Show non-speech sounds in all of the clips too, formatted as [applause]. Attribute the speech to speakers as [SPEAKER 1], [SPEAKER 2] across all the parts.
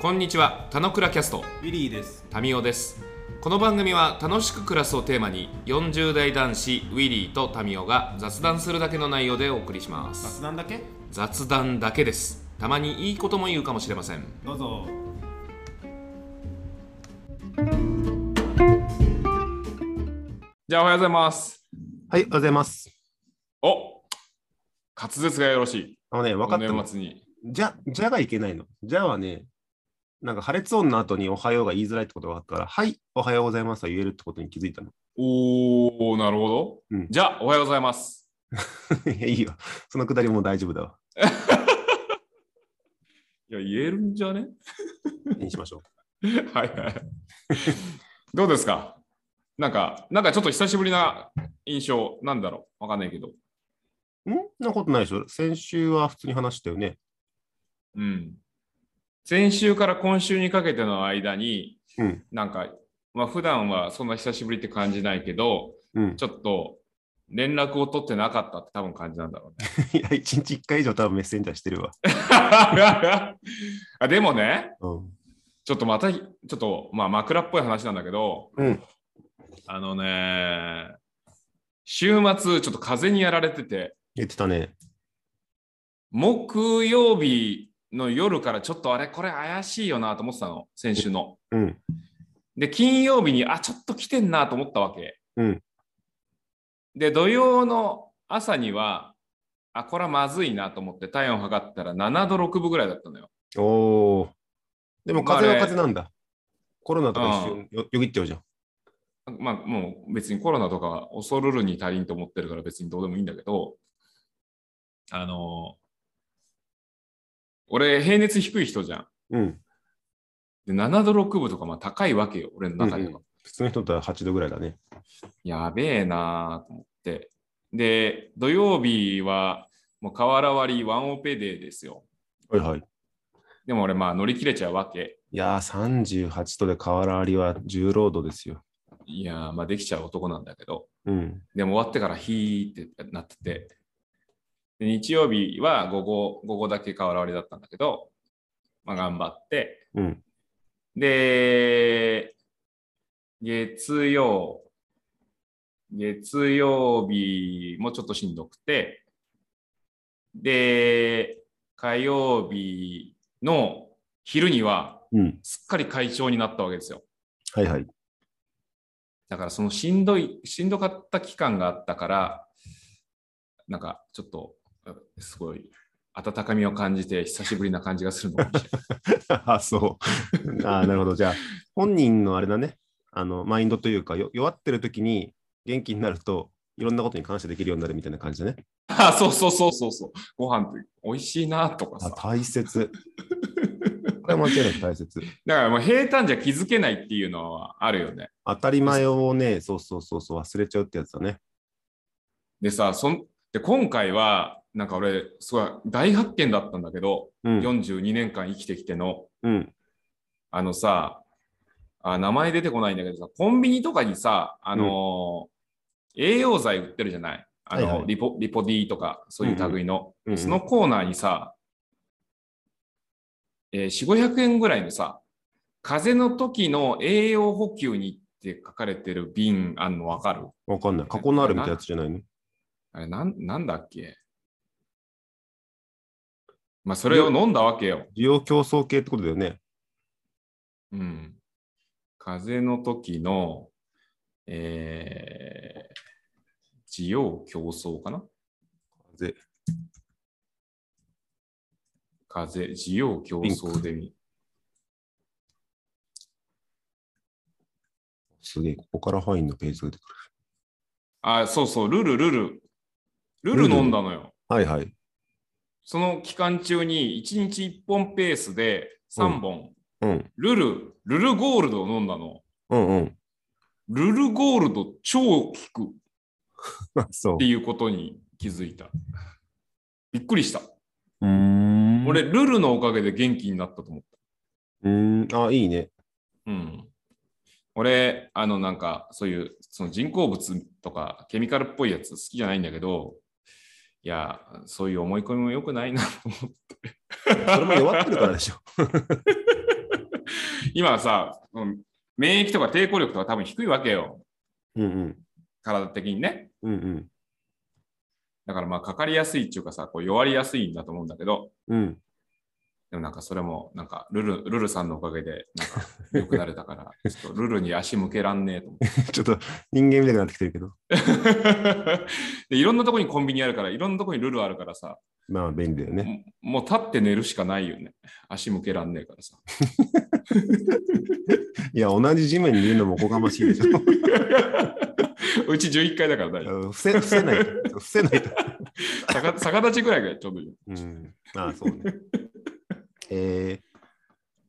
[SPEAKER 1] こんにちは、たのくらキャスト、
[SPEAKER 2] ウィリーです。
[SPEAKER 1] タミオです。この番組は楽しく暮らすをテーマに、40代男子ウィリーとタミオが雑談するだけの内容でお送りします。
[SPEAKER 2] 雑談だけ
[SPEAKER 1] 雑談だけです。たまにいいことも言うかもしれません。
[SPEAKER 2] どうぞ。
[SPEAKER 1] じゃあおはようございます。
[SPEAKER 3] はい、おはようございます。
[SPEAKER 1] お滑舌がよろしい。
[SPEAKER 3] あのね、分かったの。
[SPEAKER 1] 末に。
[SPEAKER 3] じゃ、じゃがいけないの。じゃはね、なんか破裂音の後におはようが言いづらいってことがあったから、はい、おはようございますは言えるってことに気づいたの。 [laughs]
[SPEAKER 1] おー、なるほど。
[SPEAKER 3] うん
[SPEAKER 1] じゃあおはようございます。
[SPEAKER 3] いや、いいよ。そのくだりもう大丈夫だわ。
[SPEAKER 1] いや、言えるんじゃね [laughs]
[SPEAKER 3] にしましょ
[SPEAKER 1] はいはい。どうですかなんか、なんかちょっと久しぶりな印象、なんだろうわかんないけど。
[SPEAKER 3] う。んなことないでしょ。先週は普通に話したよね。
[SPEAKER 1] うん。先週から今週にかけての間に、
[SPEAKER 3] うん
[SPEAKER 1] なんか、まあ普段はそんな久しぶりって感じないけど、 [laughs]
[SPEAKER 3] うん。
[SPEAKER 1] ちょっと連絡を取ってなかったって多分感じなんだろうね。 [laughs]
[SPEAKER 3] いや、一日一回以上多分メッセンジャーしてるわ。
[SPEAKER 1] あでもね、
[SPEAKER 3] うん。
[SPEAKER 1] ちょっとまた、ちょっと、まあ、枕っぽい話なんだけど、
[SPEAKER 3] うん
[SPEAKER 1] あのね、週末、ちょっと風にやられてて、
[SPEAKER 3] 言ってたね。
[SPEAKER 1] 木曜日の夜からちょっとあれ、これ怪しいよなと思ってたの、先週の。
[SPEAKER 3] うん。
[SPEAKER 1] で、金曜日に、あ、ちょっと来てんなと思ったわけ。
[SPEAKER 3] うん
[SPEAKER 1] で、土曜の朝には、あ、これはまずいなと思って体温測ったら7度6分ぐらいだったのよ。
[SPEAKER 3] おー。でも風邪は
[SPEAKER 1] まあね
[SPEAKER 3] 風邪なんだ。コロナとか一瞬よよぎっちゃうじゃん。
[SPEAKER 1] まあもう別にコロナとかは恐るるに足りんと思ってるから別にどうでもいいんだけど、あの、俺平熱低い人じゃん。
[SPEAKER 3] うん。
[SPEAKER 1] で7度6分とかまあ高いわけよ、俺の中では。
[SPEAKER 3] うんうん普通の人とは8度ぐらいだね。
[SPEAKER 1] やべえなあと思って。で、土曜日はもう瓦割りワンオペデーですよ。
[SPEAKER 3] はいはい。
[SPEAKER 1] でも俺まあ乗り切れちゃうわけ。
[SPEAKER 3] いやー、38度で瓦ありは重労働ですよ。
[SPEAKER 1] いやーまあできちゃう男なんだけど。
[SPEAKER 3] うん。
[SPEAKER 1] でも終わってからヒーってなってて、で日曜日は午後、午後だけ瓦割りだったんだけど、まあ頑張って、
[SPEAKER 3] うん。
[SPEAKER 1] で、月曜、月曜日もちょっとしんどくて、で、火曜日の昼には
[SPEAKER 3] うん。
[SPEAKER 1] すっかり快調になったわけですよ。
[SPEAKER 3] はいはい。 [laughs]
[SPEAKER 1] だからそのしんどい、しんどかった期間があったから、なんかちょっと、すごい温かみを感じて、久しぶりな感じがするのかもしれない。
[SPEAKER 3] あ、そう。 [laughs] あーなるほど。じゃあ、本人のあれだね、あの、マインドというか、よ弱ってる時に元気になると、いろんなことに感謝できるようになるみたいな感じだね。
[SPEAKER 1] あ、そうそうそうそうそう。ご飯って美味しいなとかさ。
[SPEAKER 3] あ、
[SPEAKER 1] だか
[SPEAKER 3] 大 [laughs] 切。これは間違いなく大切。
[SPEAKER 1] らもう平坦じゃ気づけないっていうのはあるよね。
[SPEAKER 3] 当たり前をね、そうそうそうそう、忘れちゃうってやつだね。
[SPEAKER 1] でさ、そんで今回は、なんか俺、すごい大発見だったんだけど、
[SPEAKER 3] うん。
[SPEAKER 1] 42年間生きてきての、
[SPEAKER 3] うん。
[SPEAKER 1] あのさ、あ名前出てこないんだけどさ、コンビニとかにさ、あのー栄養剤売ってるじゃないあの、
[SPEAKER 3] はいはい
[SPEAKER 1] リポリポ D とか、そういう類の、
[SPEAKER 3] うんうんうんうん
[SPEAKER 1] そのコーナーにさ、えー、4、500円ぐらいのさ、風邪の時の栄養補給にって書かれてる瓶あんのわかる
[SPEAKER 3] わかんない。過去のあるみたいなやつじゃないの
[SPEAKER 1] あれなん、なんだっけまあ、それを飲んだわけよ。
[SPEAKER 3] 需要競争系ってことだよね。
[SPEAKER 1] うん。風の時の、えー、需要競争かな
[SPEAKER 3] 風
[SPEAKER 1] 風、需要競争で見、
[SPEAKER 3] すげえ、ここから範囲のページが出てく
[SPEAKER 1] あ、そうそう、ルルルル。ルル飲んだのよ。
[SPEAKER 3] る。はいはい。
[SPEAKER 1] その期間中に1日1本ペースで3本、
[SPEAKER 3] うん。
[SPEAKER 1] ルル、ルルゴールドを飲んだの。
[SPEAKER 3] うんうん。
[SPEAKER 1] ルルゴールド超効くっ
[SPEAKER 3] [laughs] そう
[SPEAKER 1] て。いうことに気づいた。びっくりした。
[SPEAKER 3] うーん
[SPEAKER 1] 俺、ルルのおかげで元気になったと思った。
[SPEAKER 3] うーん、あ、いいね。
[SPEAKER 1] うん。俺、あの、なんか、そういう、その人工物とか、ケミカルっぽいやつ好きじゃないんだけど、いや、そういう思い込みも良くないなと思って。
[SPEAKER 3] それも弱ってるからでしょ。
[SPEAKER 1] [laughs] 今さ、うん免疫とか抵抗力とか多分低いわけよ。
[SPEAKER 3] [laughs] うんうん。
[SPEAKER 1] 体的にね。
[SPEAKER 3] うんうん。
[SPEAKER 1] だからまあ、かかりやすいっていうかさ、こう弱りやすいんだと思うんだけど、
[SPEAKER 3] うん。 [laughs]
[SPEAKER 1] でもなんかそれも、なんかルル、ルルさんのおかげで、なん
[SPEAKER 3] [laughs]
[SPEAKER 1] か、良くなれたから、ちょっとルルに足向けらんねえと思って。
[SPEAKER 3] ちょっと人間みたくなってきてるけど。
[SPEAKER 1] [laughs] でいろんなとこにコンビニあるから、いろんなとこにルルあるからさ、
[SPEAKER 3] まあ便利だよね。
[SPEAKER 1] ももう立って寝るしかないよね。足向けらんねえからさ。 [laughs]
[SPEAKER 3] いや、同じ地面にいるのもおこがましいでしょ。
[SPEAKER 1] うち11階だから大丈夫。
[SPEAKER 3] [laughs] うん伏せ伏せないと。伏せないと。
[SPEAKER 1] 逆逆立ちぐらいがちょうどいい。
[SPEAKER 3] うん。ああ、そうね。えー、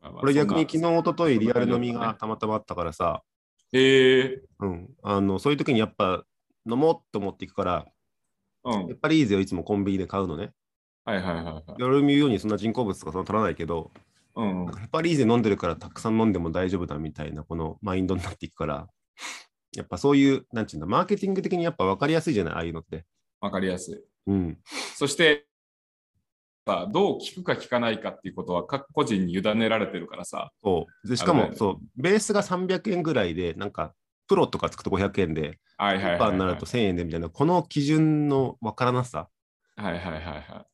[SPEAKER 1] まあまあ
[SPEAKER 3] これ逆に昨
[SPEAKER 1] そん
[SPEAKER 3] 日、
[SPEAKER 1] な
[SPEAKER 3] 一昨日リアル飲み
[SPEAKER 1] そんな感じだったね
[SPEAKER 3] がたまたまあったからさ、
[SPEAKER 1] ええ
[SPEAKER 3] うん、あのそういう時にやっぱ飲もうと思っていくから、
[SPEAKER 1] うん
[SPEAKER 3] や。っぱりいいぜよ、いつもコンビニで買うのね。
[SPEAKER 1] はいはいはいはい。
[SPEAKER 3] 夜見るようにそんな人工物とかそんな取らないけど、
[SPEAKER 1] うんうん。
[SPEAKER 3] やっぱりいいぜ飲んでるからたくさん飲んでも大丈夫だみたいなこのマインドになっていくから、やっぱそういう、なんちゅうんだ、マーケティング的にやっぱ分かりやすいじゃない、ああいうのって。
[SPEAKER 1] わかりやすい。
[SPEAKER 3] うん。
[SPEAKER 1] そして、さどう聞くか聞かないかっていうことは各個人に委ねられてるからさ。
[SPEAKER 3] そう。でしかも、
[SPEAKER 1] 危ない
[SPEAKER 3] そう、ベースが300円ぐらいで、なんか、プロとかつくと500円で、
[SPEAKER 1] はいはいは
[SPEAKER 3] ス
[SPEAKER 1] い、
[SPEAKER 3] ー
[SPEAKER 1] は
[SPEAKER 3] パ
[SPEAKER 1] い。
[SPEAKER 3] ーになると1000円でみたいな、この基準の分からなさ。
[SPEAKER 1] はいはいはいはい。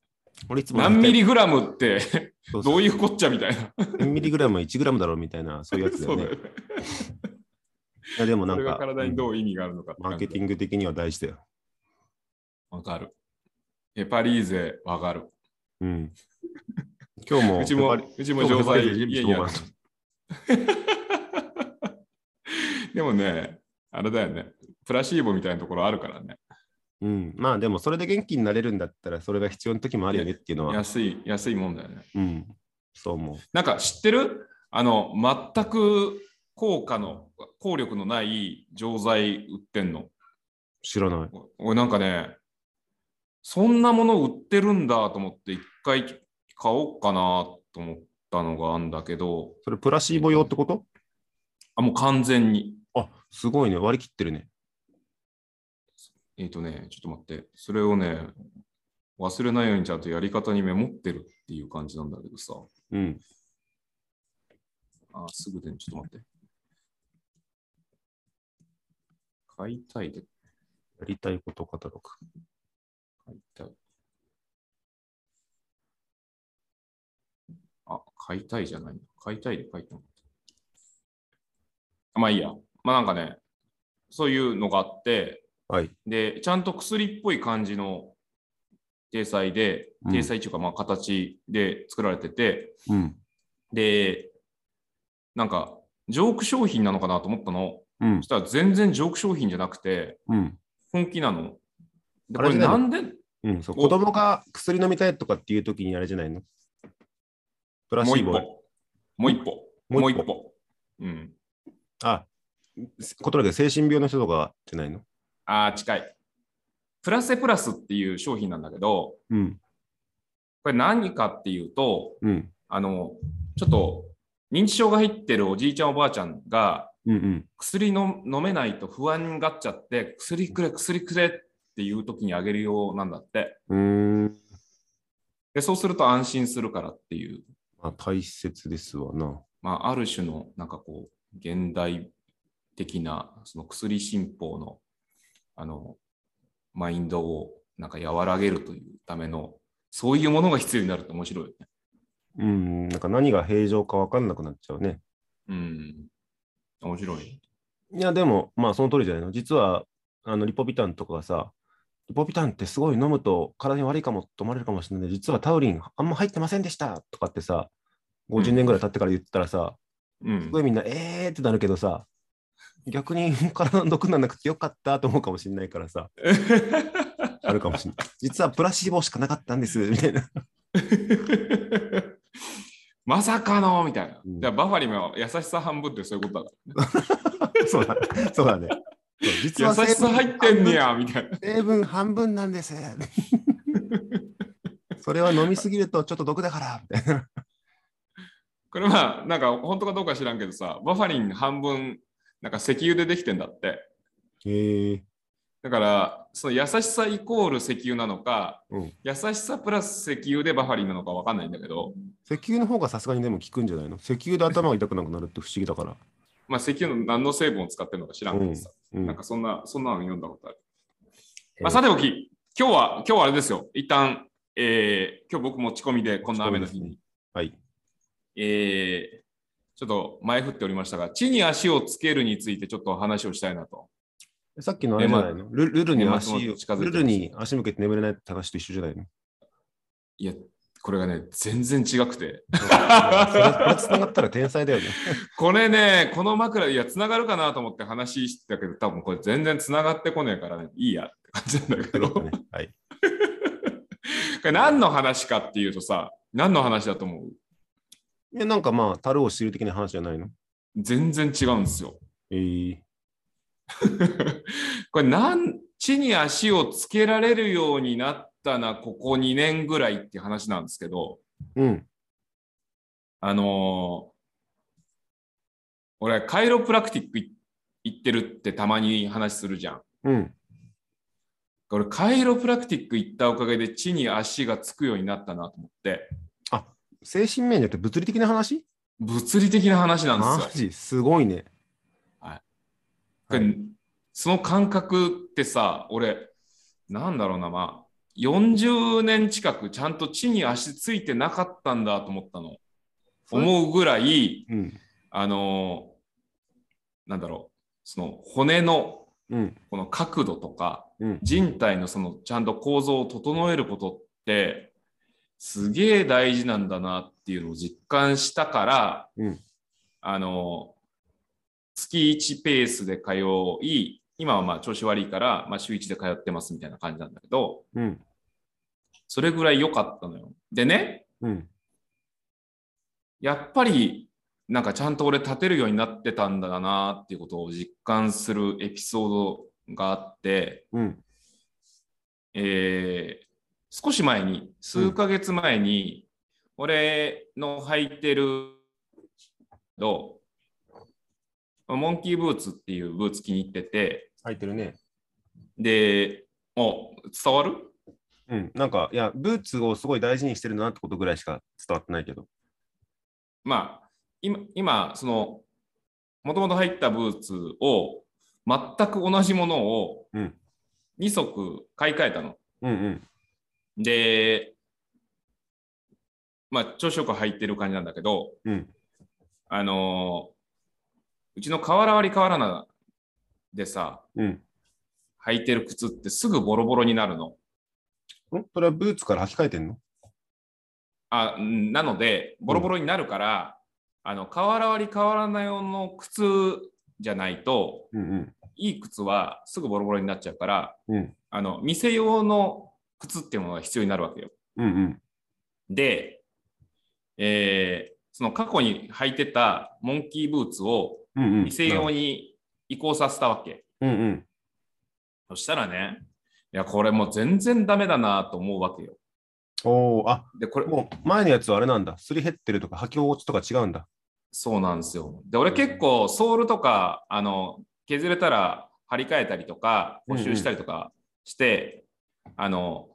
[SPEAKER 3] 俺いつも
[SPEAKER 1] 何ミリグラムって
[SPEAKER 3] そうそう
[SPEAKER 1] どういうこっちゃみたいな。
[SPEAKER 3] 1000ミリグラムは1グラムだろうみたいな、そういうやつ
[SPEAKER 1] [laughs]
[SPEAKER 3] だ
[SPEAKER 1] そ
[SPEAKER 3] よ
[SPEAKER 1] うだ
[SPEAKER 3] ね
[SPEAKER 1] よ。ね。
[SPEAKER 3] いやでもな
[SPEAKER 1] そ
[SPEAKER 3] ん
[SPEAKER 1] れが、
[SPEAKER 3] か
[SPEAKER 1] 体にどう意味があるのかって
[SPEAKER 3] マ
[SPEAKER 1] 感
[SPEAKER 3] ー
[SPEAKER 1] じ
[SPEAKER 3] ケ
[SPEAKER 1] だ
[SPEAKER 3] ティング的には大事だよ。
[SPEAKER 1] わかる。ヘパリーゼわかる。
[SPEAKER 3] うん。今日も、
[SPEAKER 1] うちも
[SPEAKER 3] やっぱり、
[SPEAKER 1] うちも錠
[SPEAKER 3] 今日もヘパ
[SPEAKER 1] 剤
[SPEAKER 3] リーゼ準
[SPEAKER 1] 家
[SPEAKER 3] 備
[SPEAKER 1] に
[SPEAKER 3] しとこ
[SPEAKER 1] あ
[SPEAKER 3] う
[SPEAKER 1] る。 [laughs] でもね、あれだよね。プラシーボみたいなところあるからね。
[SPEAKER 3] うん、まあでも、それで元気になれるんだったら、それが必要な時もあるよねっていうのは、
[SPEAKER 1] 安い、安いもんだよね。
[SPEAKER 3] うん、そう思う。
[SPEAKER 1] なんか知ってるあの、全く効果の、効力のない錠剤売ってんの。
[SPEAKER 3] 知らない。
[SPEAKER 1] お俺なんかね、そんなもの売ってるんだと思って、一回買おうかなと思ったのがあるんだけど、
[SPEAKER 3] それ、プラシーボ用ってこと
[SPEAKER 1] あ、もう完全に。
[SPEAKER 3] あ、すごいね。割り切ってるね。
[SPEAKER 1] えっ、とね、ちょっと待って、それをね、忘れないようにちゃんとやり方にメモってるっていう感じなんだけどさ、
[SPEAKER 3] うん。
[SPEAKER 1] あすぐで、ちょっと待って。解体で、
[SPEAKER 3] やりたいことカタログ。
[SPEAKER 1] 解体。あ、解体じゃない。解体で書いてなかった。まあいいや。まあなんかね、そういうのがあって、
[SPEAKER 3] はい。
[SPEAKER 1] で、ちゃんと薬っぽい感じの体裁で、
[SPEAKER 3] うん
[SPEAKER 1] 体裁というか、まあ、形で作られてて、
[SPEAKER 3] うん。
[SPEAKER 1] で、なんか、ジョーク商品なのかなと思ったの。
[SPEAKER 3] うん
[SPEAKER 1] そし。たら全然ジョーク商品じゃなくて、
[SPEAKER 3] うん。
[SPEAKER 1] 本気なの。で、こ
[SPEAKER 3] あれ
[SPEAKER 1] れ
[SPEAKER 3] じゃない
[SPEAKER 1] な
[SPEAKER 3] の
[SPEAKER 1] んで、
[SPEAKER 3] うん、そう
[SPEAKER 1] お
[SPEAKER 3] 子供が薬飲みたいとかっていう時にあれじゃないのプラシ
[SPEAKER 1] もう一
[SPEAKER 3] ー
[SPEAKER 1] 歩
[SPEAKER 3] ボ。。
[SPEAKER 1] もう一歩。
[SPEAKER 3] も
[SPEAKER 1] も
[SPEAKER 3] う
[SPEAKER 1] う
[SPEAKER 3] 一
[SPEAKER 1] 一
[SPEAKER 3] 歩
[SPEAKER 1] 歩。うん。
[SPEAKER 3] あ、ことだけど精神病の人とかじゃないの
[SPEAKER 1] ああ、近い。プラセプラスっていう商品なんだけど、
[SPEAKER 3] うん。
[SPEAKER 1] これ何かっていうと、
[SPEAKER 3] うん。
[SPEAKER 1] あの、ちょっと認知症が入ってるおじいちゃんおばあちゃんが、
[SPEAKER 3] うんうん。
[SPEAKER 1] 薬の飲めないと不安になっちゃって薬くれ薬くれっていう時にあげるようなんだって
[SPEAKER 3] うーん。
[SPEAKER 1] でそうすると安心するからっていう、
[SPEAKER 3] まあ、大切ですわな。
[SPEAKER 1] まあ、ある種のなんかこう現代的なその薬信法のあのマインドをなんか和らげるというためのそういうものが必要になると面白いよね。
[SPEAKER 3] うん。なんか何が平常か分かんなくなっちゃうね。
[SPEAKER 1] うん面白い。
[SPEAKER 3] いや、でも、まあ、その通りじゃないの。実は、あの、リポビタンとかがさ、リポビタンってすごい飲むと体に悪いかもと思われるかもしれない。実はタウリンあんま入ってませんでしたとかってさ、50年ぐらい経ってから言ったらさ、
[SPEAKER 1] う
[SPEAKER 3] す
[SPEAKER 1] ん
[SPEAKER 3] ご、いみんな、えーってなるけどさ、逆に [laughs] 体の毒にならなくてよかったと思うかもしれないからさ、あるかもしれない。 [laughs] 実はプラシーボしかなかったんです、みたいな。 [laughs]
[SPEAKER 1] [laughs] まさかのみたいな。
[SPEAKER 3] うん
[SPEAKER 1] じゃあバファリンは優しさ半分ってそういうことだから。
[SPEAKER 3] そうだ、そうだね。そう実
[SPEAKER 1] 優
[SPEAKER 3] は
[SPEAKER 1] しさ入ってんねや、みたいな。
[SPEAKER 3] 成分半分なんです。 [laughs] それは飲みすぎるとちょっと毒だから、みたいな。
[SPEAKER 1] これは、なんか、本当かどうか知らんけどさ、バファリン半分、なんか石油でできてんだって。
[SPEAKER 3] へえ。
[SPEAKER 1] だから、その優しさイコール石油なのか、
[SPEAKER 3] うん
[SPEAKER 1] 優しさプラス石油でバファリンなのか分かんないんだけど、
[SPEAKER 3] 石油の方がさすがにでも効くんじゃないの石油で頭が痛くなくなるって不思議だ
[SPEAKER 1] [laughs]
[SPEAKER 3] から。
[SPEAKER 1] まあ、石油の何の成分を使ってるのか知らんけどさ、
[SPEAKER 3] うん
[SPEAKER 1] なんかそんな、そんなの読んだことある。
[SPEAKER 3] えー
[SPEAKER 1] まあ、さておき、今日は、今日はあれですよ、一旦、えー今日僕持ち込みで、こんな雨の日に、
[SPEAKER 3] はい。
[SPEAKER 1] えーちょっと前振っておりましたが、地に足をつけるについてちょっと話をしたいなと。
[SPEAKER 3] さっきのあれじゃないのルルルに足
[SPEAKER 1] 年末も近づいてます
[SPEAKER 3] ルルに足向けて眠れないって話と一緒じゃない
[SPEAKER 1] [laughs]
[SPEAKER 3] の
[SPEAKER 1] いや、これがね、全然違くて。
[SPEAKER 3] それこれ繋がったら天才だ
[SPEAKER 1] [laughs]
[SPEAKER 3] よね。
[SPEAKER 1] これね、この枕、いや、つながるかなと思って話してたけど、多分これ全然つながってこねえからね、いいやって感じなんだけ [laughs] ど、こ
[SPEAKER 3] はい。
[SPEAKER 1] れ何の話かっていうとさ、何の話だと思う
[SPEAKER 3] いやなんかまあ、樽を知る的な話じゃないの
[SPEAKER 1] 全然違うんですよ。
[SPEAKER 3] えー、
[SPEAKER 1] [laughs] これなん、地に足をつけられるようになったな、ここ2年ぐらいって話なんですけど、
[SPEAKER 3] うん。
[SPEAKER 1] あのー俺、カイロプラクティックい行ってるってたまに話するじゃん。
[SPEAKER 3] うん。
[SPEAKER 1] 俺、カイロプラクティック行ったおかげで地に足がつくようになったなと思って、
[SPEAKER 3] 精神面じゃなくて物理的な話
[SPEAKER 1] 物理的な話なんですよ。
[SPEAKER 3] マジすごいね。
[SPEAKER 1] これ
[SPEAKER 3] は
[SPEAKER 1] その感覚ってさ、俺、なんだろうな、まあ、40年近くちゃんと地に足ついてなかったんだと思ったの。思うぐらい、
[SPEAKER 3] うん。
[SPEAKER 1] あのーなんだろう、その骨の
[SPEAKER 3] うん。
[SPEAKER 1] この角度とか、
[SPEAKER 3] うん。
[SPEAKER 1] 人体のそのちゃんと構造を整えることってすげえ大事なんだなっていうのを実感したから、
[SPEAKER 3] うん
[SPEAKER 1] あの月1ペースで通い今はまあ調子悪いから、まあ、週1で通ってますみたいな感じなんだけど
[SPEAKER 3] うん。
[SPEAKER 1] それぐらい良かったのよ。でね
[SPEAKER 3] うん。
[SPEAKER 1] やっぱりなんかちゃんと俺立てるようになってたんだなっていうことを実感するエピソードがあって。
[SPEAKER 3] うん。
[SPEAKER 1] えー少し前に、数ヶ月前に、俺の履いてると、モンキーブーツっていうブーツ気に入ってて、
[SPEAKER 3] 入ってるね。
[SPEAKER 1] で、お、伝わる
[SPEAKER 3] うん。なんか、いや、ブーツをすごい大事にしてるなってことぐらいしか伝わってないけど。
[SPEAKER 1] まあ、今、今、その、もともと入ったブーツを、全く同じものを
[SPEAKER 3] うん
[SPEAKER 1] 2足買い替えたの。
[SPEAKER 3] うんうん。
[SPEAKER 1] で、まあ、調子よく履いてる感じなんだけど、
[SPEAKER 3] うん。
[SPEAKER 1] あのーうちの瓦割り瓦なでさ、
[SPEAKER 3] うん。
[SPEAKER 1] 履いてる靴ってすぐボロボロになるの。
[SPEAKER 3] んそれはブーツから履き替えてんの
[SPEAKER 1] あんなので、ボロボロになるから、あの瓦割り瓦な用の靴じゃないと、
[SPEAKER 3] うん
[SPEAKER 1] いい靴はすぐボロボロになっちゃうから、
[SPEAKER 3] うん。うん。
[SPEAKER 1] あの店用の靴っていうものが必要になるわけよ。
[SPEAKER 3] うんうん。
[SPEAKER 1] で、えーその過去に履いてたモンキーブーツを
[SPEAKER 3] うんうん。
[SPEAKER 1] 店用に移行させたわけ。
[SPEAKER 3] うんうん。
[SPEAKER 1] そしたらね、いや、これもう全然ダメだなと思うわけよ。
[SPEAKER 3] おおあ
[SPEAKER 1] で、これ、
[SPEAKER 3] もう前のやつはあれなんだ。すり減ってるとか、履き落ちとか違うんだ。
[SPEAKER 1] そうなんですよ。で、俺結構ソールとか、あの、削れたら張り替えたりとか、補修したりとかして、あの、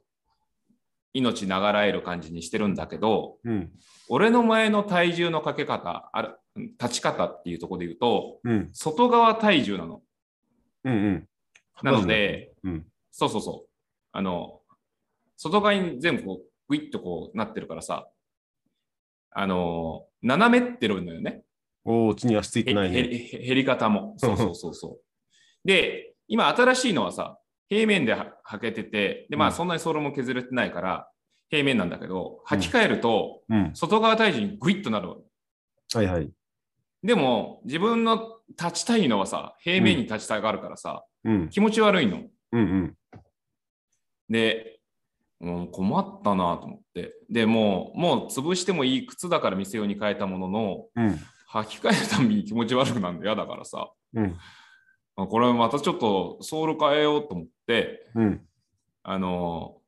[SPEAKER 1] 命長らえる感じにしてるんだけど、
[SPEAKER 3] うん。
[SPEAKER 1] 俺の前の体重のかけ方、ある立ち方っていうところで言うと、
[SPEAKER 3] うん。
[SPEAKER 1] 外側体重なの。
[SPEAKER 3] うんうん。
[SPEAKER 1] なので、
[SPEAKER 3] うん。
[SPEAKER 1] そうそうそう。あの、外側に全部こう、グイッとこうなってるからさ、あの、斜めってるのよね。
[SPEAKER 3] おお、地に足つい
[SPEAKER 1] へ
[SPEAKER 3] てない
[SPEAKER 1] へ
[SPEAKER 3] ね。
[SPEAKER 1] へ減り方も。そうそうそうそう。で、今新しいのはさ、平面では履けてて、で、ま
[SPEAKER 3] う
[SPEAKER 1] あ
[SPEAKER 3] ん
[SPEAKER 1] そんなにソールも削れてないから、平面なんだけど、履き替えると、
[SPEAKER 3] うん。
[SPEAKER 1] 外側体重にグイッとなるわけ。
[SPEAKER 3] はいはい。
[SPEAKER 1] でも、自分の立ちたいのはさ、平面に立ちたがるからさ、
[SPEAKER 3] うん。
[SPEAKER 1] 気持ち悪いの。
[SPEAKER 3] うんうん。
[SPEAKER 1] で、うん、困ったなと思って。でもう、もう潰してもいい靴だから店用に変えたものの、
[SPEAKER 3] うん。
[SPEAKER 1] 履き替えるたびに気持ち悪くなるの嫌だからさ、
[SPEAKER 3] うん。
[SPEAKER 1] あこれまたちょっとソール変えようと思って、
[SPEAKER 3] うん。
[SPEAKER 1] あの、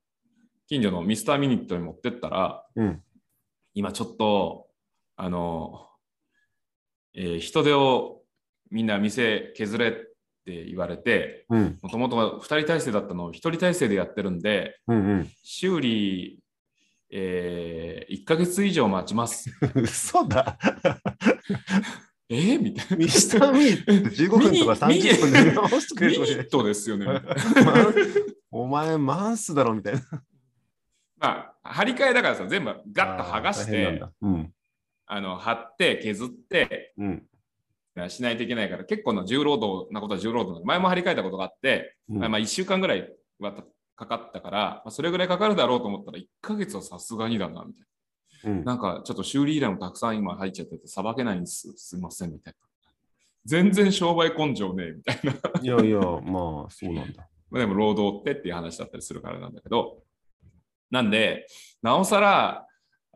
[SPEAKER 1] 近所のミスターミニットに持ってったら、
[SPEAKER 3] うん
[SPEAKER 1] 今ちょっと、あの、えー人手をみんな店削れって言われて、
[SPEAKER 3] うん。
[SPEAKER 1] もともとは2人体制だったのを1人体制でやってるんで、
[SPEAKER 3] うん
[SPEAKER 1] 修理、え1ヶ月以上待ちます。 [laughs]
[SPEAKER 3] うん。 [laughs] 嘘だ。
[SPEAKER 1] えー、みたいな。
[SPEAKER 3] ミスターミーって15分とか
[SPEAKER 1] ミニ
[SPEAKER 3] 30分で直してく
[SPEAKER 1] メ
[SPEAKER 3] れ
[SPEAKER 1] リ
[SPEAKER 3] るかもしれ
[SPEAKER 1] ットですよね。みたいな
[SPEAKER 3] ないお前、マンスだろみたいな。
[SPEAKER 1] まあ、張り替えだからさ、全部ガッと剥がし
[SPEAKER 3] あー大変
[SPEAKER 1] て
[SPEAKER 3] な、んだうん。
[SPEAKER 1] あの貼って、削って、
[SPEAKER 3] うん。
[SPEAKER 1] しないといけないから、結構の重労働なことは重労働なの前も張り替えたことがあって、
[SPEAKER 3] うん
[SPEAKER 1] まあ、1週間ぐらいはかかったから、まあそれぐらいかかるだろうと思ったら、1ヶ月はさすがにだな、みたい
[SPEAKER 3] うん
[SPEAKER 1] な。なんか、ちょっと修理依頼もたくさん今入っちゃってて、さばけないんです、すいません、みたいな。全然商売根性ねえ、みたいな。
[SPEAKER 3] いやいや、まあ、そうなんだ。
[SPEAKER 1] まあ、でも労働ってっていう話だったりするからなんだけど、なんで、なおさら、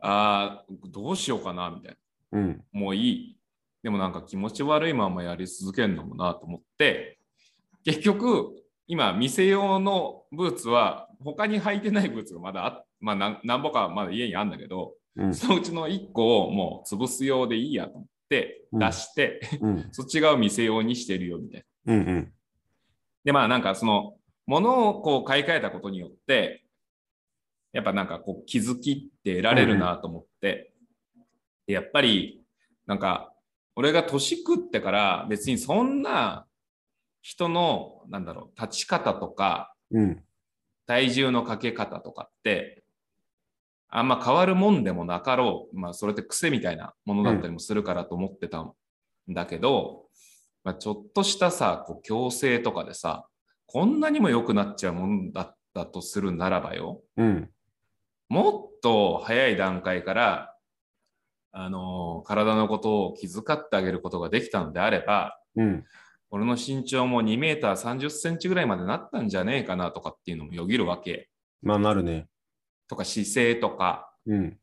[SPEAKER 1] あーどうしようかな、みたいな。
[SPEAKER 3] うん。
[SPEAKER 1] もういい。でもなんか気持ち悪いままやり続けるのもなと思って、結局、今、店用のブーツは、他に履いてないブーツがまだあ、まあ、なんなんぼかまだ家にあるんだけど、
[SPEAKER 3] うん。
[SPEAKER 1] そのうちの1個をもう潰す用でいいやと思って、
[SPEAKER 3] うん
[SPEAKER 1] 出して、
[SPEAKER 3] うん。
[SPEAKER 1] そっち側を店用にしてるよみたいな。
[SPEAKER 3] うん。うん。
[SPEAKER 1] で、まあなんかその、物をこう買い替えたことによって、やっぱなんかこう気づきって得られるなと思って、でやっぱりなんか俺が年食ってから別にそんな人のなんだろう立ち方とか
[SPEAKER 3] うん。
[SPEAKER 1] 体重のかけ方とかってあんま変わるもんでもなかろう、まあ、それって癖みたいなものだったりもするからと思ってたんだけど、まあ、ちょっとしたさこう強制とかでさこんなにも良くなっちゃうもんだったとするならばよ
[SPEAKER 3] うん。
[SPEAKER 1] もっと早い段階から、あの体のことを気遣ってあげることができたのであれば、
[SPEAKER 3] うん。
[SPEAKER 1] 俺の身長も2メーター30センチぐらいまでなったんじゃねえかなとかっていうのもよぎるわけ。
[SPEAKER 3] まあ、なるね。
[SPEAKER 1] とか姿勢とか、
[SPEAKER 3] うん。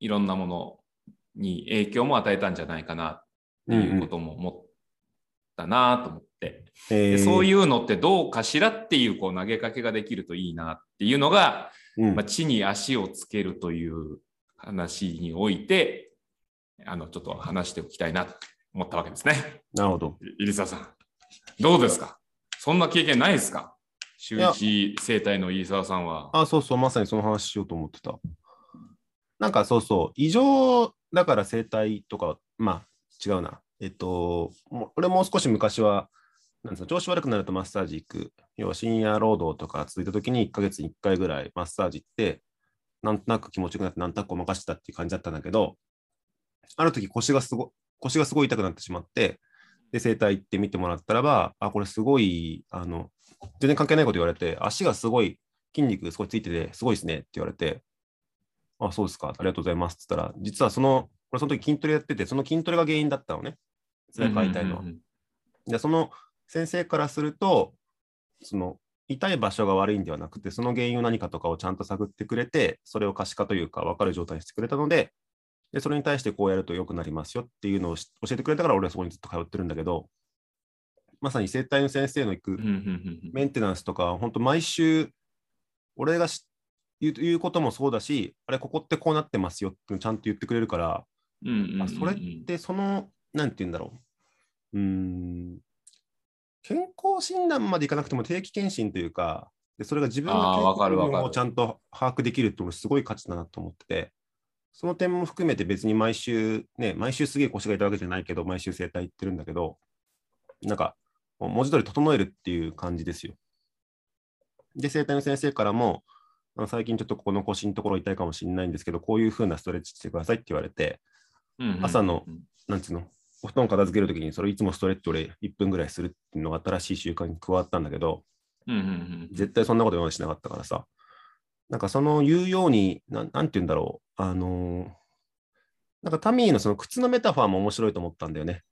[SPEAKER 1] いろんなものに影響も与えたんじゃないかなっていうことも思ったなと思って、
[SPEAKER 3] え
[SPEAKER 1] でそう
[SPEAKER 3] い
[SPEAKER 1] いうのってどうかしらっていうこう投げかけができるといいなっていうのが、
[SPEAKER 3] うん。
[SPEAKER 1] まあ、地に足をつけるという話において、あの、ちょっと話しておきたいなと思ったわけですね。
[SPEAKER 3] なるほど。
[SPEAKER 1] 入澤さん、どうですかそんな経験ないですか週一生態の入澤さんは。
[SPEAKER 3] あ、そうそう、まさにその話しようと思ってた。なんかそうそう、異常だから生態とか、まあ違うな。えっと、もう俺もう少し昔は、なんですか、調子悪くなるとマッサージ行く。要は深夜労働とか続いた時に1ヶ月に1回ぐらいマッサージ行って、なんとなく気持ちよくなって、なんとなくごまかしてたっていう感じだったんだけど、ある時腰がすご腰がすごい痛くなってしまって、で、整体行って見てもらったらば、あ、これすごい、あの、全然関係ないこと言われて、足がすごい筋肉すごいついてて、すごいですねって言われて、あ、そうですか、ありがとうございますって言ったら、実はその、これその時筋トレやってて、その筋トレが原因だったのね。辛く痛いのは
[SPEAKER 1] うんう。ん
[SPEAKER 3] で、その先生からすると、その痛い場所が悪いんではなくて、その原因を何かとかをちゃんと探ってくれて、それを可視化というか分かる状態にしてくれたので、でそれに対してこうやると良くなりますよっていうのをし教えてくれたから、俺はそこにずっと通ってるんだけど、まさに生体の先生の行く、
[SPEAKER 1] うんうんうんうん
[SPEAKER 3] メンテナンスとか、本当毎週、俺がし言う言うこともそうだし、あれ、ここってこうなってますよってちゃんと言ってくれるから、
[SPEAKER 1] うんうんうんうん
[SPEAKER 3] あそれってその、なんて言うんだろう。うーん、健康診断までいかなくても定期検診というか、でそれが自分
[SPEAKER 1] あー
[SPEAKER 3] の
[SPEAKER 1] わかるわかる
[SPEAKER 3] をちゃんと把握できるって、俺すごい価値だなと思ってて、その点も含めて別に毎週、ね、毎週すげえ腰が痛いわけじゃないけど、毎週整体行ってるんだけど、なんか、もう文字通り整えるっていう感じですよ。で、整体の先生からも、あの最近ちょっとここの腰のところ痛いかもしれないんですけど、こういう風なストレッチしてくださいって言われて、
[SPEAKER 1] うんうん
[SPEAKER 3] 朝のなんていうの、お布団片付けるときに、それいつもストレッチ俺1分ぐらいするっていうのが新しい習慣に加わったんだけど、
[SPEAKER 1] うんうんうん
[SPEAKER 3] 絶対そんなこと今までしなかったからさ、なんかその言うように、なんなんていうんだろう、あのーなんかタミーのその靴のメタファーも面白いと思ったんだよね。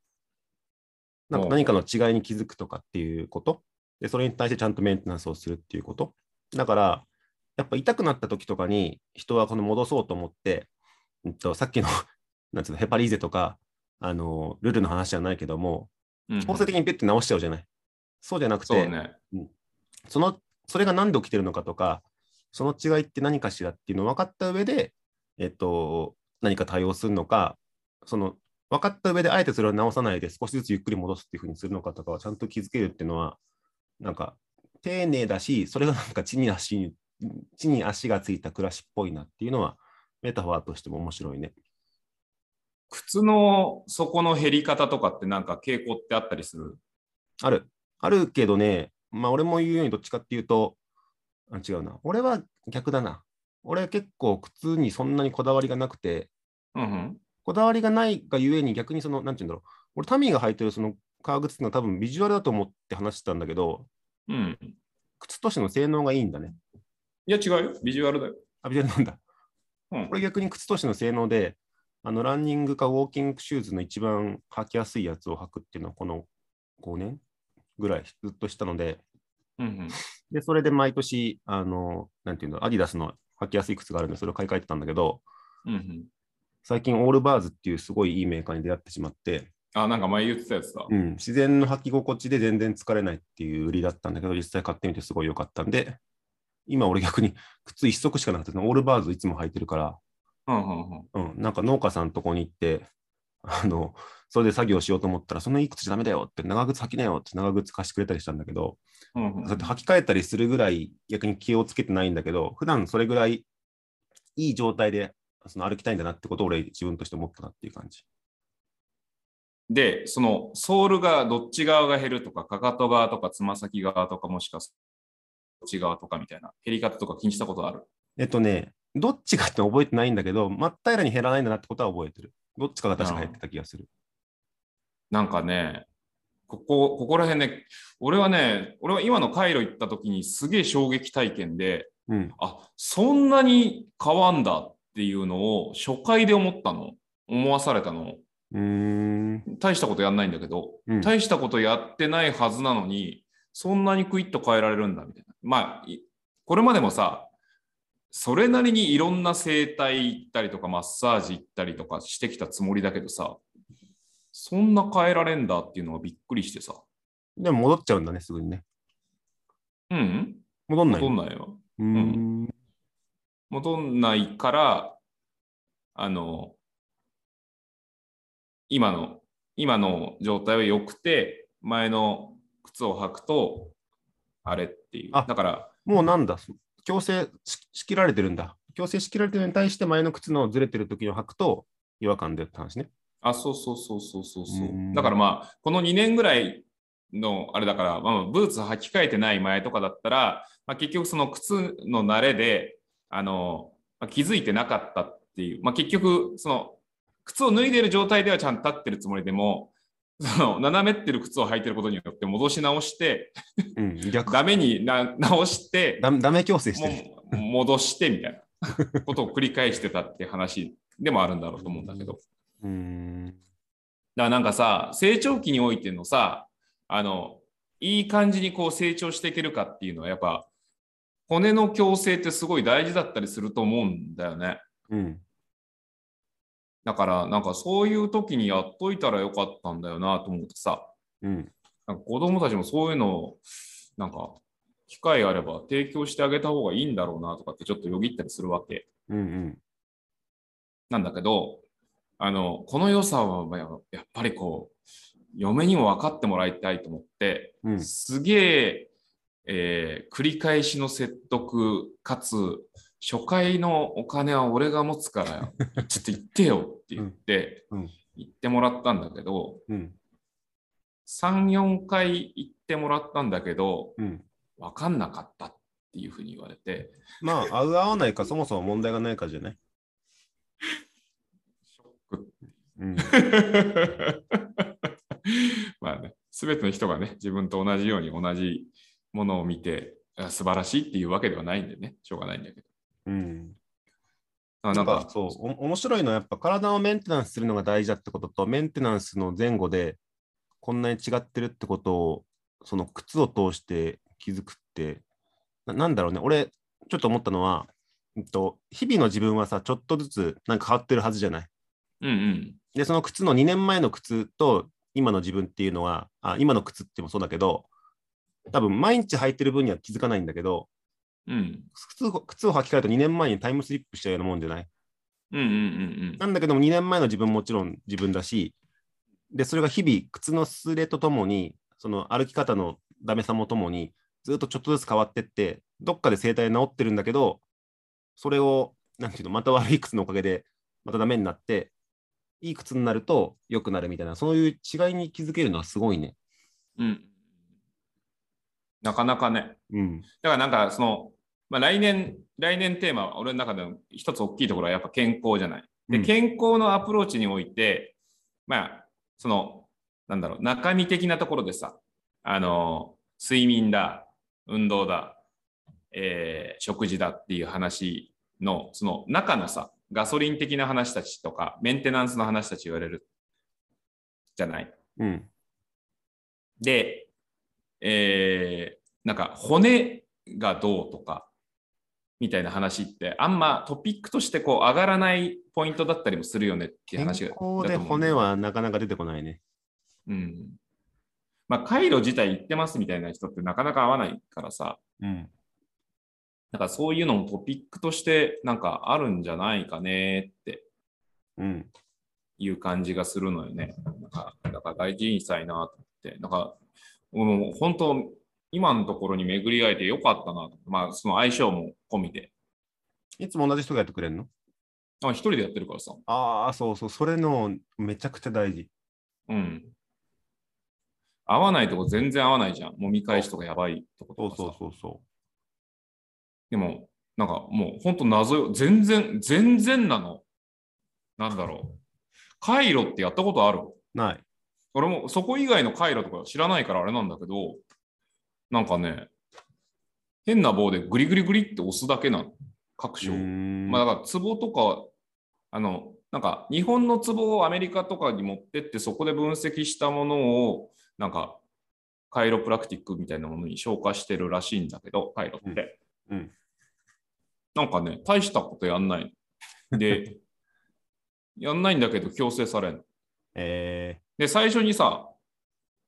[SPEAKER 3] なんか
[SPEAKER 1] おう
[SPEAKER 3] 何かの違いに気づくとかっていうこと、でそれに対してちゃんとメンテナンスをするっていうこと。だから、やっぱ痛くなった時とかに人はこの戻そうと思って、うんと、さっきの [laughs] なんつうのヘパリーゼとか、あのールルの話じゃないけども、
[SPEAKER 1] うん
[SPEAKER 3] 強制的にピュッて直しちゃうじゃない。そうじゃなくて、
[SPEAKER 1] そうね。
[SPEAKER 3] そのそれが何で起きてるのかとか、その違いって何かしらっていうのを分かった上で、えっと、何か対応するのか、その分かった上で、あえてそれを直さないで、少しずつゆっくり戻すっていうふうにするのかとかは、ちゃんと気づけるっていうのは、なんか、丁寧だし、それがなんか地に足に、地に足がついた暮らしっぽいなっていうのは、メタファーとしても面白いね。
[SPEAKER 1] 靴の底の減り方とかってなんか傾向ってあったりする
[SPEAKER 3] ある。あるけどね、まあ俺も言うようにどっちかっていうと、あ違うな。俺は逆だな。俺結構靴にそんなにこだわりがなくて、
[SPEAKER 1] うんうん。
[SPEAKER 3] こだわりがないがゆえに逆にその、なんて言うんだろう。俺タミーが履いてるその革靴っていうのは多分ビジュアルだと思って話してたんだけど、
[SPEAKER 1] うん。
[SPEAKER 3] 靴としての性能がいいんだね。
[SPEAKER 1] いや違うよ。ビジュアルだよ。
[SPEAKER 3] あ、ビジュアルなんだ。
[SPEAKER 1] うん
[SPEAKER 3] こ。れ逆に靴としての性能で、あのランニングかウォーキングシューズの一番履きやすいやつを履くっていうのは、この5年ぐらいずっとしたので、
[SPEAKER 1] うんうん、
[SPEAKER 3] で、それで毎年、あの、なんていうの、アディダスの履きやすい靴があるんで、それを買い替えてたんだけど、
[SPEAKER 1] うんうん。
[SPEAKER 3] 最近オールバーズっていうすごいいいメーカーに出会ってしまって、
[SPEAKER 1] あ、なんか前言ってたやつだ。
[SPEAKER 3] うん、自然の履き心地で全然疲れないっていう売りだったんだけど、実際買ってみてすごい良かったんで、今俺逆に靴一足しかなくて、オールバーズいつも履いてるから、
[SPEAKER 1] うんうんうん。
[SPEAKER 3] うん、なんか農家さんのとこに行って、あの、それで作業しようと思ったら、そのいい靴ダメだよって、長靴履きなよって長靴貸してくれたりしたんだけど、
[SPEAKER 1] うんうん
[SPEAKER 3] そうやって履き替えたりするぐらい逆に気をつけてないんだけど、普段それぐらいいい状態でその歩きたいんだなってことを俺自分として思ったなっていう感じ。
[SPEAKER 1] で、そのソールがどっち側が減るとか、かかと側とか、つま先側とか、もしかするとどっち側とかみたいな減り方とか気にしたことある。
[SPEAKER 3] えっとね、どっちかって覚えてないんだけど、真っ平らに減らないんだなってことは覚えてる。どっちかが確か減ってた気がする。
[SPEAKER 1] なんかね、ここ、ここら辺ね、俺はね、俺は今のカイロ行った時にすげえ衝撃体験で、
[SPEAKER 3] うん。
[SPEAKER 1] あ、そんなに変わんだっていうのを初回で思ったの。思わされたの。
[SPEAKER 3] うーん。
[SPEAKER 1] 大したことやんないんだけど、
[SPEAKER 3] うん
[SPEAKER 1] 大したことやってないはずなのに、そんなにクイッと変えられるんだみたいな。まあ、いこれまでもさ、それなりにいろんな整体行ったりとか、マッサージ行ったりとかしてきたつもりだけどさ、そんな変えられんだっていうのがびっくりしてさ、
[SPEAKER 3] でも戻っちゃうんだね、すぐにね。
[SPEAKER 1] うん、
[SPEAKER 3] 戻んない。
[SPEAKER 1] 戻んないよ。
[SPEAKER 3] うーん。
[SPEAKER 1] 戻んないから、あの、今の、今の状態は良くて、前の靴を履くと、あれっていう。だ
[SPEAKER 3] あ
[SPEAKER 1] から、
[SPEAKER 3] もうなんだ、強制ししきられてるんだ。強制しきられてるのに対して前の靴のずれてる時を履くと違和感でって話ね。
[SPEAKER 1] あ、そうそうそうそうそうそうう。
[SPEAKER 3] ん
[SPEAKER 1] だからまあ、この2年ぐらいの、あれだから、まあ、ブーツ履き替えてない前とかだったら、まあ、結局その靴の慣れで、あの、まあ、気づいてなかったっていう、まあ、結局、その、靴を脱いでる状態ではちゃんと立ってるつもりでも、その、斜めってる靴を履いてることによって戻し直して、
[SPEAKER 3] うん、逆
[SPEAKER 1] ダメにな直して、
[SPEAKER 3] ダメダメ強制してる。
[SPEAKER 1] もう戻してみたいなことを繰り返してたって話でもあるんだろうと思うんだけど。
[SPEAKER 3] うーん。
[SPEAKER 1] だからなんかさ成長期においてのさあのいい感じにこう成長していけるかっていうのはやっぱ骨の矯正ってすごい大事だったりすると思うんだよね
[SPEAKER 3] うん。
[SPEAKER 1] だからなんかそういう時にやっといたらよかったんだよなと思ってさ
[SPEAKER 3] うん。
[SPEAKER 1] なんか子供たちもそういうのをなんか機会あれば提供してあげた方がいいんだろうなとかってちょっとよぎったりするわけ
[SPEAKER 3] うん。うん。
[SPEAKER 1] なんだけど、あの、この良さはややっぱりこう、嫁にも分かってもらいたいと思って、
[SPEAKER 3] うん
[SPEAKER 1] すげええー繰り返しの説得、かつ、初回のお金は俺が持つ
[SPEAKER 3] [laughs]
[SPEAKER 1] から、ちょっと行ってよって言って、
[SPEAKER 3] うんうん
[SPEAKER 1] 行ってもらったんだけど、
[SPEAKER 3] うん。
[SPEAKER 1] 3、4回行ってもらったんだけど、
[SPEAKER 3] うん。
[SPEAKER 1] 分かんなかったっていうふうに言われて、
[SPEAKER 3] まあ、合う合わないか、そもそも問題がないかじゃない。
[SPEAKER 1] ショック
[SPEAKER 3] うん。
[SPEAKER 1] [laughs] まあね、すべての人がね、自分と同じように同じものを見て、あ素晴らしいっていうわけではないんでね、しょうがないんだけど。
[SPEAKER 3] うん。
[SPEAKER 1] あ
[SPEAKER 3] な
[SPEAKER 1] なんん
[SPEAKER 3] か
[SPEAKER 1] か、
[SPEAKER 3] そう、お面白いのはやっぱ体をメンテナンスするのが大事だってことと、メンテナンスの前後でこんなに違ってるってことを、その靴を通して気づくって、ななんだろうね、俺、ちょっと思ったのは、うんと、日々の自分はさ、ちょっとずつなんか変わってるはずじゃない。
[SPEAKER 1] うんうん。
[SPEAKER 3] で、その靴の2年前の靴と今の自分っていうのは、あ今の靴ってもそうだけど、多分毎日履いてる分には気づかないんだけど、
[SPEAKER 1] うん。
[SPEAKER 3] 靴を靴を履き替えると2年前にタイムスリップしたようなもんじゃない
[SPEAKER 1] うんうんうんうん。
[SPEAKER 3] なんだけども2年前の自分もちろん自分だし、で、それが日々、靴のすれとともに、その歩き方のダメさもともに、ずっとちょっとずつ変わってって、どっかで生態治ってるんだけど、それを、なんていうの、また悪い靴のおかげで、またダメになって、いい靴になると良くなるみたいな、そういう違いに気づけるのはすごいね。
[SPEAKER 1] うん。なかなかね。
[SPEAKER 3] うん。
[SPEAKER 1] だからなんかその、まあ、来年、来年テーマ、俺の中でも一つ大きいところはやっぱ健康じゃない。で、
[SPEAKER 3] うん
[SPEAKER 1] 健康のアプローチにおいて、まあ、その、なんだろう、中身的なところでさ、あの、睡眠だ、運動だ、えー食事だっていう話の、その中のさ、ガソリン的な話たちとか、メンテナンスの話たち言われるじゃない。
[SPEAKER 3] うん。
[SPEAKER 1] で、えーなんか骨がどうとかみたいな話ってあんまトピックとしてこう上がらないポイントだったりもするよねっていう
[SPEAKER 3] 健
[SPEAKER 1] 話
[SPEAKER 3] 康
[SPEAKER 1] がだと思う
[SPEAKER 3] で骨、はなかなか出てこないね。
[SPEAKER 1] うんまあ、回路自体行ってますみたいな人ってなかなか合わないからさ
[SPEAKER 3] うん。
[SPEAKER 1] なんかそういうのもトピックとしてなんかあるんじゃないかねって
[SPEAKER 3] うん。
[SPEAKER 1] いう感じがするのよね。なんかだから大事にしたいなと思って、なんかもう本当、今のところに巡り合えてよかったなと、まあ、その相性も込みで、
[SPEAKER 3] いつも同じ人がやってくれるの
[SPEAKER 1] あ一人でやってるからさ、
[SPEAKER 3] ああ、そうそう、それのめちゃくちゃ大事。
[SPEAKER 1] うん。合わないとこ全然合わないじゃん。もう見返しとかやばいとこと
[SPEAKER 3] そ
[SPEAKER 1] か
[SPEAKER 3] う
[SPEAKER 1] さ。
[SPEAKER 3] そうそうそ
[SPEAKER 1] でも、なんかもう本当謎よ。全然、全然なの。なんだろう。回路ってやったことある
[SPEAKER 3] う。ない。
[SPEAKER 1] 俺もそこ以外の回路とか知らないからあれなんだけど、なんかね、変な棒でグリグリグリって押すだけなの、各
[SPEAKER 3] うー
[SPEAKER 1] 章。
[SPEAKER 3] ん
[SPEAKER 1] まあだから、ツボとか、あの、なんか日本のツボをアメリカとかに持ってって、そこで分析したものを、なんか、カイロプラクティックみたいなものに消化してるらしいんだけど、カイロって。
[SPEAKER 3] うんうん
[SPEAKER 1] なんかね、大したことやんない。
[SPEAKER 3] [laughs]
[SPEAKER 1] で、やんないんだけど強制されんの
[SPEAKER 3] え
[SPEAKER 1] で、最初にさ、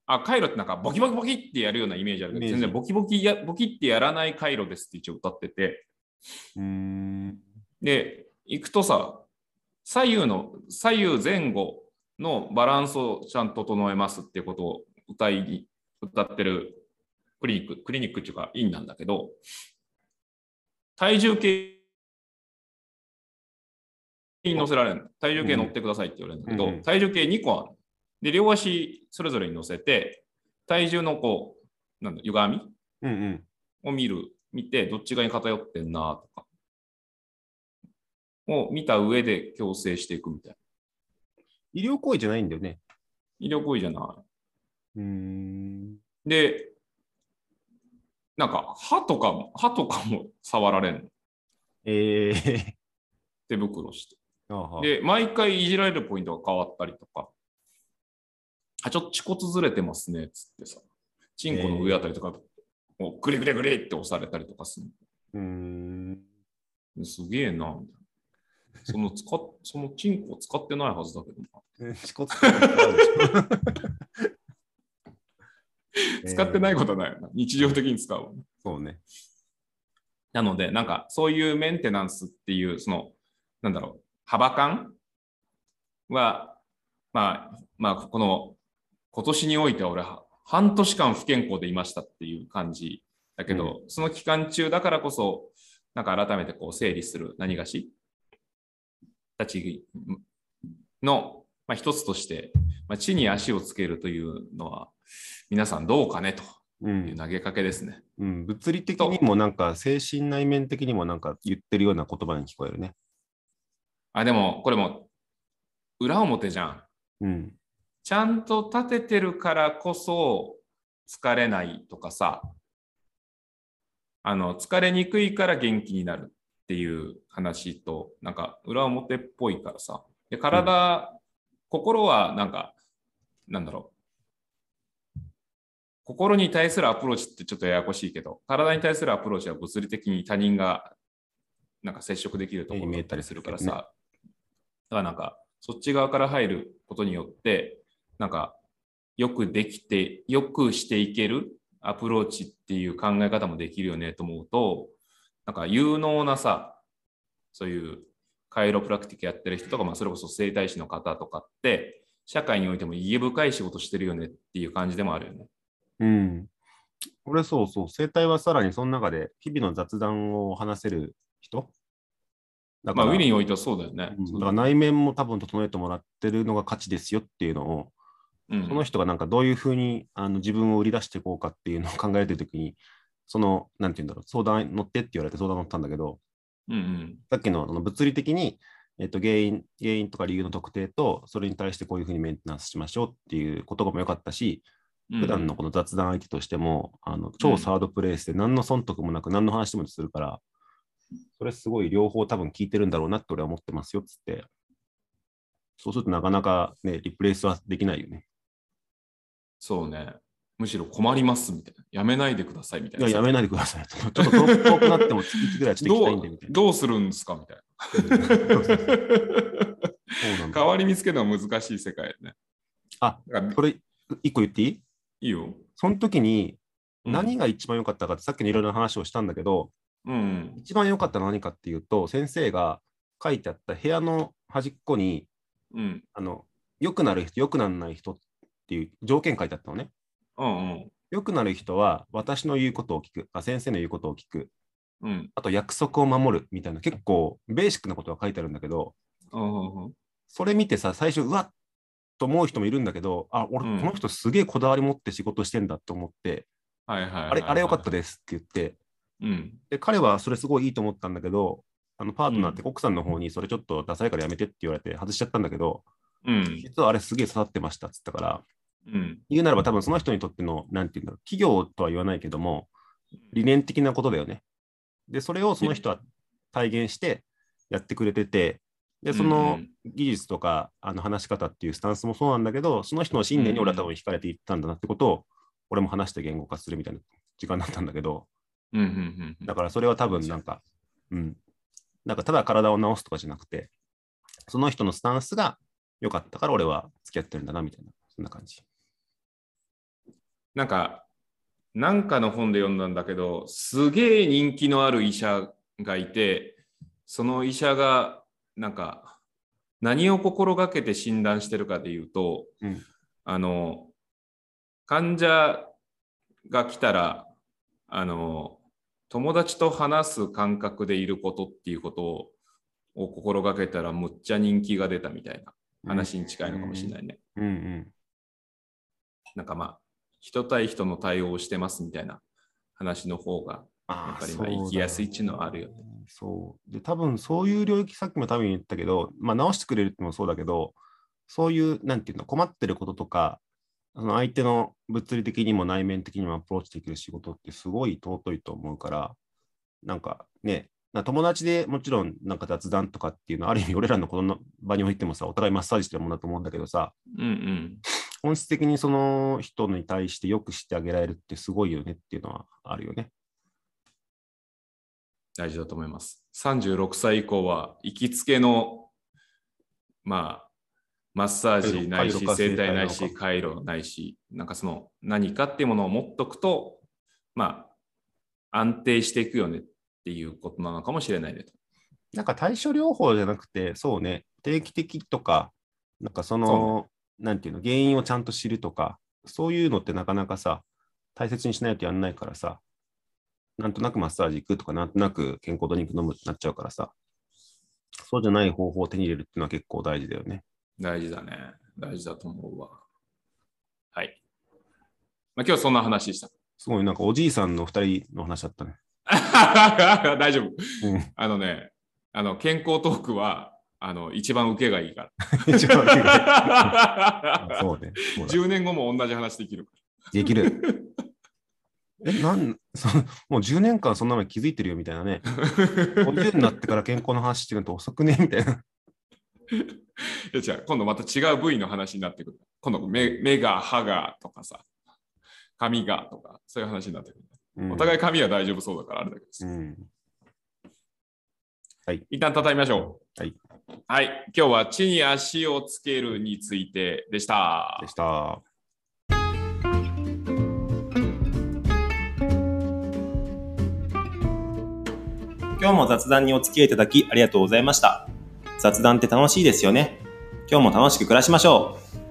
[SPEAKER 1] あ、回路ってなんかボキボキボキってやるようなイメージあるけ
[SPEAKER 3] イメ
[SPEAKER 1] ど、
[SPEAKER 3] ージ
[SPEAKER 1] 全然ボキボキや、ボキってやらない回路ですって一応歌ってて、
[SPEAKER 3] ー、うーん。
[SPEAKER 1] で、行くとさ、左右の、左右前後のバランスをちゃんと整えますっていうことを歌いに、歌ってるクリニック、クリニックっていうか、院なんだけど、体重計に乗せられるの。体重計乗ってくださいって言われるんだけど、
[SPEAKER 3] うんうん
[SPEAKER 1] 体重計2個ある。で、両足それぞれに乗せて、体重のこう、なんだ、歪み
[SPEAKER 3] うんうん。
[SPEAKER 1] を見る、見て、どっち側に偏ってんなとか、を見た上で矯正していくみたいな。
[SPEAKER 3] 医療行為じゃないんだよね。
[SPEAKER 1] 医療行為じゃな
[SPEAKER 3] うーん。
[SPEAKER 1] い。で、なんか、歯とかも、歯とかも触られんの。
[SPEAKER 3] え
[SPEAKER 1] [laughs]
[SPEAKER 3] ー、
[SPEAKER 1] 手袋して。
[SPEAKER 3] あーはー
[SPEAKER 1] で、毎回いじられるポイントが変わったりとか、あ、ちょっと恥骨ずれてますね、つってさ、チンコの上あたりとか、もうグレグレグレって押されたりとかする。
[SPEAKER 3] う
[SPEAKER 1] [laughs]
[SPEAKER 3] ーん。 [laughs]
[SPEAKER 1] すげえな、みたいな。その使っ、そのチンコ使ってないはずだけどな。
[SPEAKER 3] 恥骨ってなんかあるでしょ
[SPEAKER 1] 使ってないこと
[SPEAKER 3] えー
[SPEAKER 1] はないよな。日常的に使うもん。
[SPEAKER 3] そうね。
[SPEAKER 1] なので、なんかそういうメンテナンスっていう、その、なんだろう、幅感は、まあ、まあ、この、今年においては俺は、半年間不健康でいましたっていう感じだけど、その期間中だからこそ、なんか改めてこう整理する何がしたちの、まあ、一つとして、まあ、地に足をつけるというのは、皆さんどうかねと
[SPEAKER 3] う
[SPEAKER 1] いうん投げかけですね。
[SPEAKER 3] うん、物理的にもなんか精神内面的にもなんか言ってるような言葉に聞こえるね。
[SPEAKER 1] あ、でも、これも、裏表じゃん。
[SPEAKER 3] うん、
[SPEAKER 1] ちゃんと立ててるからこそ、疲れないとかさ、あの、疲れにくいから元気になるっていう話と、なんか、裏表っぽいからさ。で、体、心は、なんか、なんだろう。心に対するアプローチってちょっとややこしいけど、体に対するアプローチは物理的に他人が、なんか接触できるところ
[SPEAKER 3] 目に見
[SPEAKER 1] だ
[SPEAKER 3] え
[SPEAKER 1] った
[SPEAKER 3] た
[SPEAKER 1] り
[SPEAKER 3] り
[SPEAKER 1] す
[SPEAKER 3] す
[SPEAKER 1] る
[SPEAKER 3] る
[SPEAKER 1] か
[SPEAKER 3] け
[SPEAKER 1] ら
[SPEAKER 3] ど
[SPEAKER 1] さ、
[SPEAKER 3] ね
[SPEAKER 1] だからなんか、そっち側から入ることによって、なんか、よくできて、よくしていけるアプローチっていう考え方もできるよねと思うと、なんか有能なさ、そういうカイロプラクティックやってる人とか、まあ、それこそ整体師の方とかって、社会においても意義深い仕事してるよねっていう感じでもあるよね。
[SPEAKER 3] うん。俺そうそう、生態はさらにその中で日々の雑談を話せる人だ
[SPEAKER 1] ま
[SPEAKER 3] か
[SPEAKER 1] あ、
[SPEAKER 3] ら、
[SPEAKER 1] ウィリーにおいてはそうだよね。
[SPEAKER 3] うん
[SPEAKER 1] そ
[SPEAKER 3] だ
[SPEAKER 1] うだ
[SPEAKER 3] から内面も多分整えてもらってるのが価値ですよっていうのを、
[SPEAKER 1] うん
[SPEAKER 3] その人がなんかどういうふうにあの自分を売り出していこうかっていうのを [laughs] 考えてるときに、その、なんて言うんだろう、相談乗ってって言われて相談乗ったんだけど、
[SPEAKER 1] うんうん
[SPEAKER 3] さっきのあの物理的に、えっと、原因、原因とか理由の特定と、それに対してこういうふうにメンテナンスしましょうっていう言葉も良かったし、
[SPEAKER 1] うん
[SPEAKER 3] 普段のこの雑談相手としても、あの超サードプレイスで何の損得もなく何の話でもするから、それすごい両方多分聞いてるんだろうなって俺は思ってますよっつって。そうするとなかなかね、リプレイスはできないよね。
[SPEAKER 1] そうね。むしろ困りますみたいな。やめないでくださいみたい
[SPEAKER 3] い
[SPEAKER 1] な。
[SPEAKER 3] や、やめないでくださいと。ちょっと遠く遠くなっても月1ぐらいはちょっと行きたいんでみた
[SPEAKER 1] [laughs]
[SPEAKER 3] い
[SPEAKER 1] どうどうするんですかみたい
[SPEAKER 3] な。
[SPEAKER 1] な。
[SPEAKER 3] そうなんだ。
[SPEAKER 1] 代わり見つけるのは難しい世界だね。
[SPEAKER 3] あ
[SPEAKER 1] だから
[SPEAKER 3] これ、一個言っていい
[SPEAKER 1] いいよ。
[SPEAKER 3] その時に
[SPEAKER 1] うん
[SPEAKER 3] 何が一番良かったかって、さっきのいろいろな話をしたんだけど、
[SPEAKER 1] うん
[SPEAKER 3] 一番良かったのは何かっていうと、先生が書いてあった部屋の端っこに、
[SPEAKER 1] うん。うん
[SPEAKER 3] あの、良くなる人、良くならない人っていう条件書いてあったのね。
[SPEAKER 1] うん
[SPEAKER 3] 良くなる人は、私の言うことを聞くあ、先生の言うことを聞く、
[SPEAKER 1] うん
[SPEAKER 3] あと約束を守るみたいな、結構ベーシックなことが書いてあるんだけど、
[SPEAKER 1] うんうん
[SPEAKER 3] それ見てさ、最初、うわっと思う人もいるんだけど、あ、俺、
[SPEAKER 1] うん
[SPEAKER 3] この人すげえこだわり持って仕事してんだと思って、
[SPEAKER 1] はいはいはいはい。
[SPEAKER 3] あれ、あれ良かったですって言って、
[SPEAKER 1] うん。
[SPEAKER 3] で彼はそれすごいいいと思ったんだけど、あのパートナーって奥さんの方にそれちょっとダサいからやめてって言われて外しちゃったんだけど、
[SPEAKER 1] うん。
[SPEAKER 3] 実はあれすげえ刺さってましたっつったから、
[SPEAKER 1] うん。
[SPEAKER 3] 言うならば多分その人にとっての、なんていうんだろう、企業とは言わないけども、理念的なことだよね。で、それをその人は体現してやってくれてて、で、その技術とかあの話し方っていうスタンスもそうなんだけど、その人の信念に俺は多分惹かれていったんだなってことを、俺も話して言語化するみたいな時間だったんだけど、
[SPEAKER 1] うんうんうんうん
[SPEAKER 3] だからそれは多分なんか、うん。なんかただ体を治すとかじゃなくて、その人のスタンスが良かったから俺は付き合ってるんだなみたいな、そんな感じ。
[SPEAKER 1] なんか、なんかの本で読んだんだけど、すげえ人気のある医者がいて、その医者が、なんか、何を心がけて診断してるかでいうと、
[SPEAKER 3] うん
[SPEAKER 1] あの、患者が来たら、あの、友達と話す感覚でいることっていうことをを心がけたら、むっちゃ人気が出たみたいな話に近いのかもしれないね。
[SPEAKER 3] うんうん。
[SPEAKER 1] なんかまあ、人対人の対応をしてますみたいな話の方が、や
[SPEAKER 3] あ
[SPEAKER 1] っ
[SPEAKER 3] あ、
[SPEAKER 1] ぱり
[SPEAKER 3] そ
[SPEAKER 1] まあ
[SPEAKER 3] うだね
[SPEAKER 1] 行きやすいっていうのはあるよね。
[SPEAKER 3] そう。で、多分そういう領域、さっきも多分言ったけど、まあ直してくれるってのもそうだけど、そういう、なんていうの、困ってることとか、その相手の物理的にも内面的にもアプローチできる仕事ってすごい尊いと思うから、なんかね、な友達でもちろんなんか雑談とかっていうのは、ある意味俺らのこの場においてもさ、お互いマッサージしてるものだと思うんだけどさ、
[SPEAKER 1] うん
[SPEAKER 3] 本質的にその人に対してよくしてあげられるってすごいよねっていうのはあるよね。
[SPEAKER 1] 大事だと思います。36歳以降は、行きつけの、まあ、マッサージない
[SPEAKER 3] カイ
[SPEAKER 1] し
[SPEAKER 3] ロ、か
[SPEAKER 1] 整体ない
[SPEAKER 3] 整体
[SPEAKER 1] し、回路ないし、なんかその何かっていうものを持っとくと、まあ、安定していくよねっていうことなのかもしれないねと。
[SPEAKER 3] なんか対処療法じゃなくて、そうね、定期的とか、なんかそ
[SPEAKER 1] そ
[SPEAKER 3] の、なんていうの、原因をちゃんと知るとか、そういうのってなかなかさ、大切にしないとやんないからさ、なんとなくマッサージ行くとか、なんとなく健康ドリンク飲むってなっちゃうからさ、そうじゃない方法を手に入れるっていうのは結構大事だよね。
[SPEAKER 1] 大事だね。大事だと思うわ。はい。まあ、今日はそんな話でした。
[SPEAKER 3] すごい、なんかおじいさんの二人の話だったね。 [laughs]
[SPEAKER 1] [laughs] 大丈夫。
[SPEAKER 3] うん
[SPEAKER 1] あのね、あの健康トークはあの一番受けがいいか
[SPEAKER 3] 一番悪
[SPEAKER 1] [laughs]
[SPEAKER 3] いから
[SPEAKER 1] ら。
[SPEAKER 3] [laughs] あそうね。そうだ
[SPEAKER 1] 10年後も同じ話できるか
[SPEAKER 3] できる。え、なん、そのもう10年間そんなの気づいてるよみたいなね。50にな
[SPEAKER 1] [laughs]
[SPEAKER 3] [laughs] ってから健康の話してるのと遅くねみたいな。
[SPEAKER 1] ら。じゃあ今度また違う部位の話になってくる。今度目目が歯がとかさ、髪がとかそういう話になってくる。お互い髪は大丈夫そうだからあれだけど、
[SPEAKER 3] うん。
[SPEAKER 1] 一旦畳みましょう。
[SPEAKER 3] はい。
[SPEAKER 1] はい。今日は地に足をつけるについてでした
[SPEAKER 3] で。した。
[SPEAKER 2] 今日も雑談にお付き合いいただきありがとうございました。雑談って楽しいですよね。今日も楽しく暮らしましょう。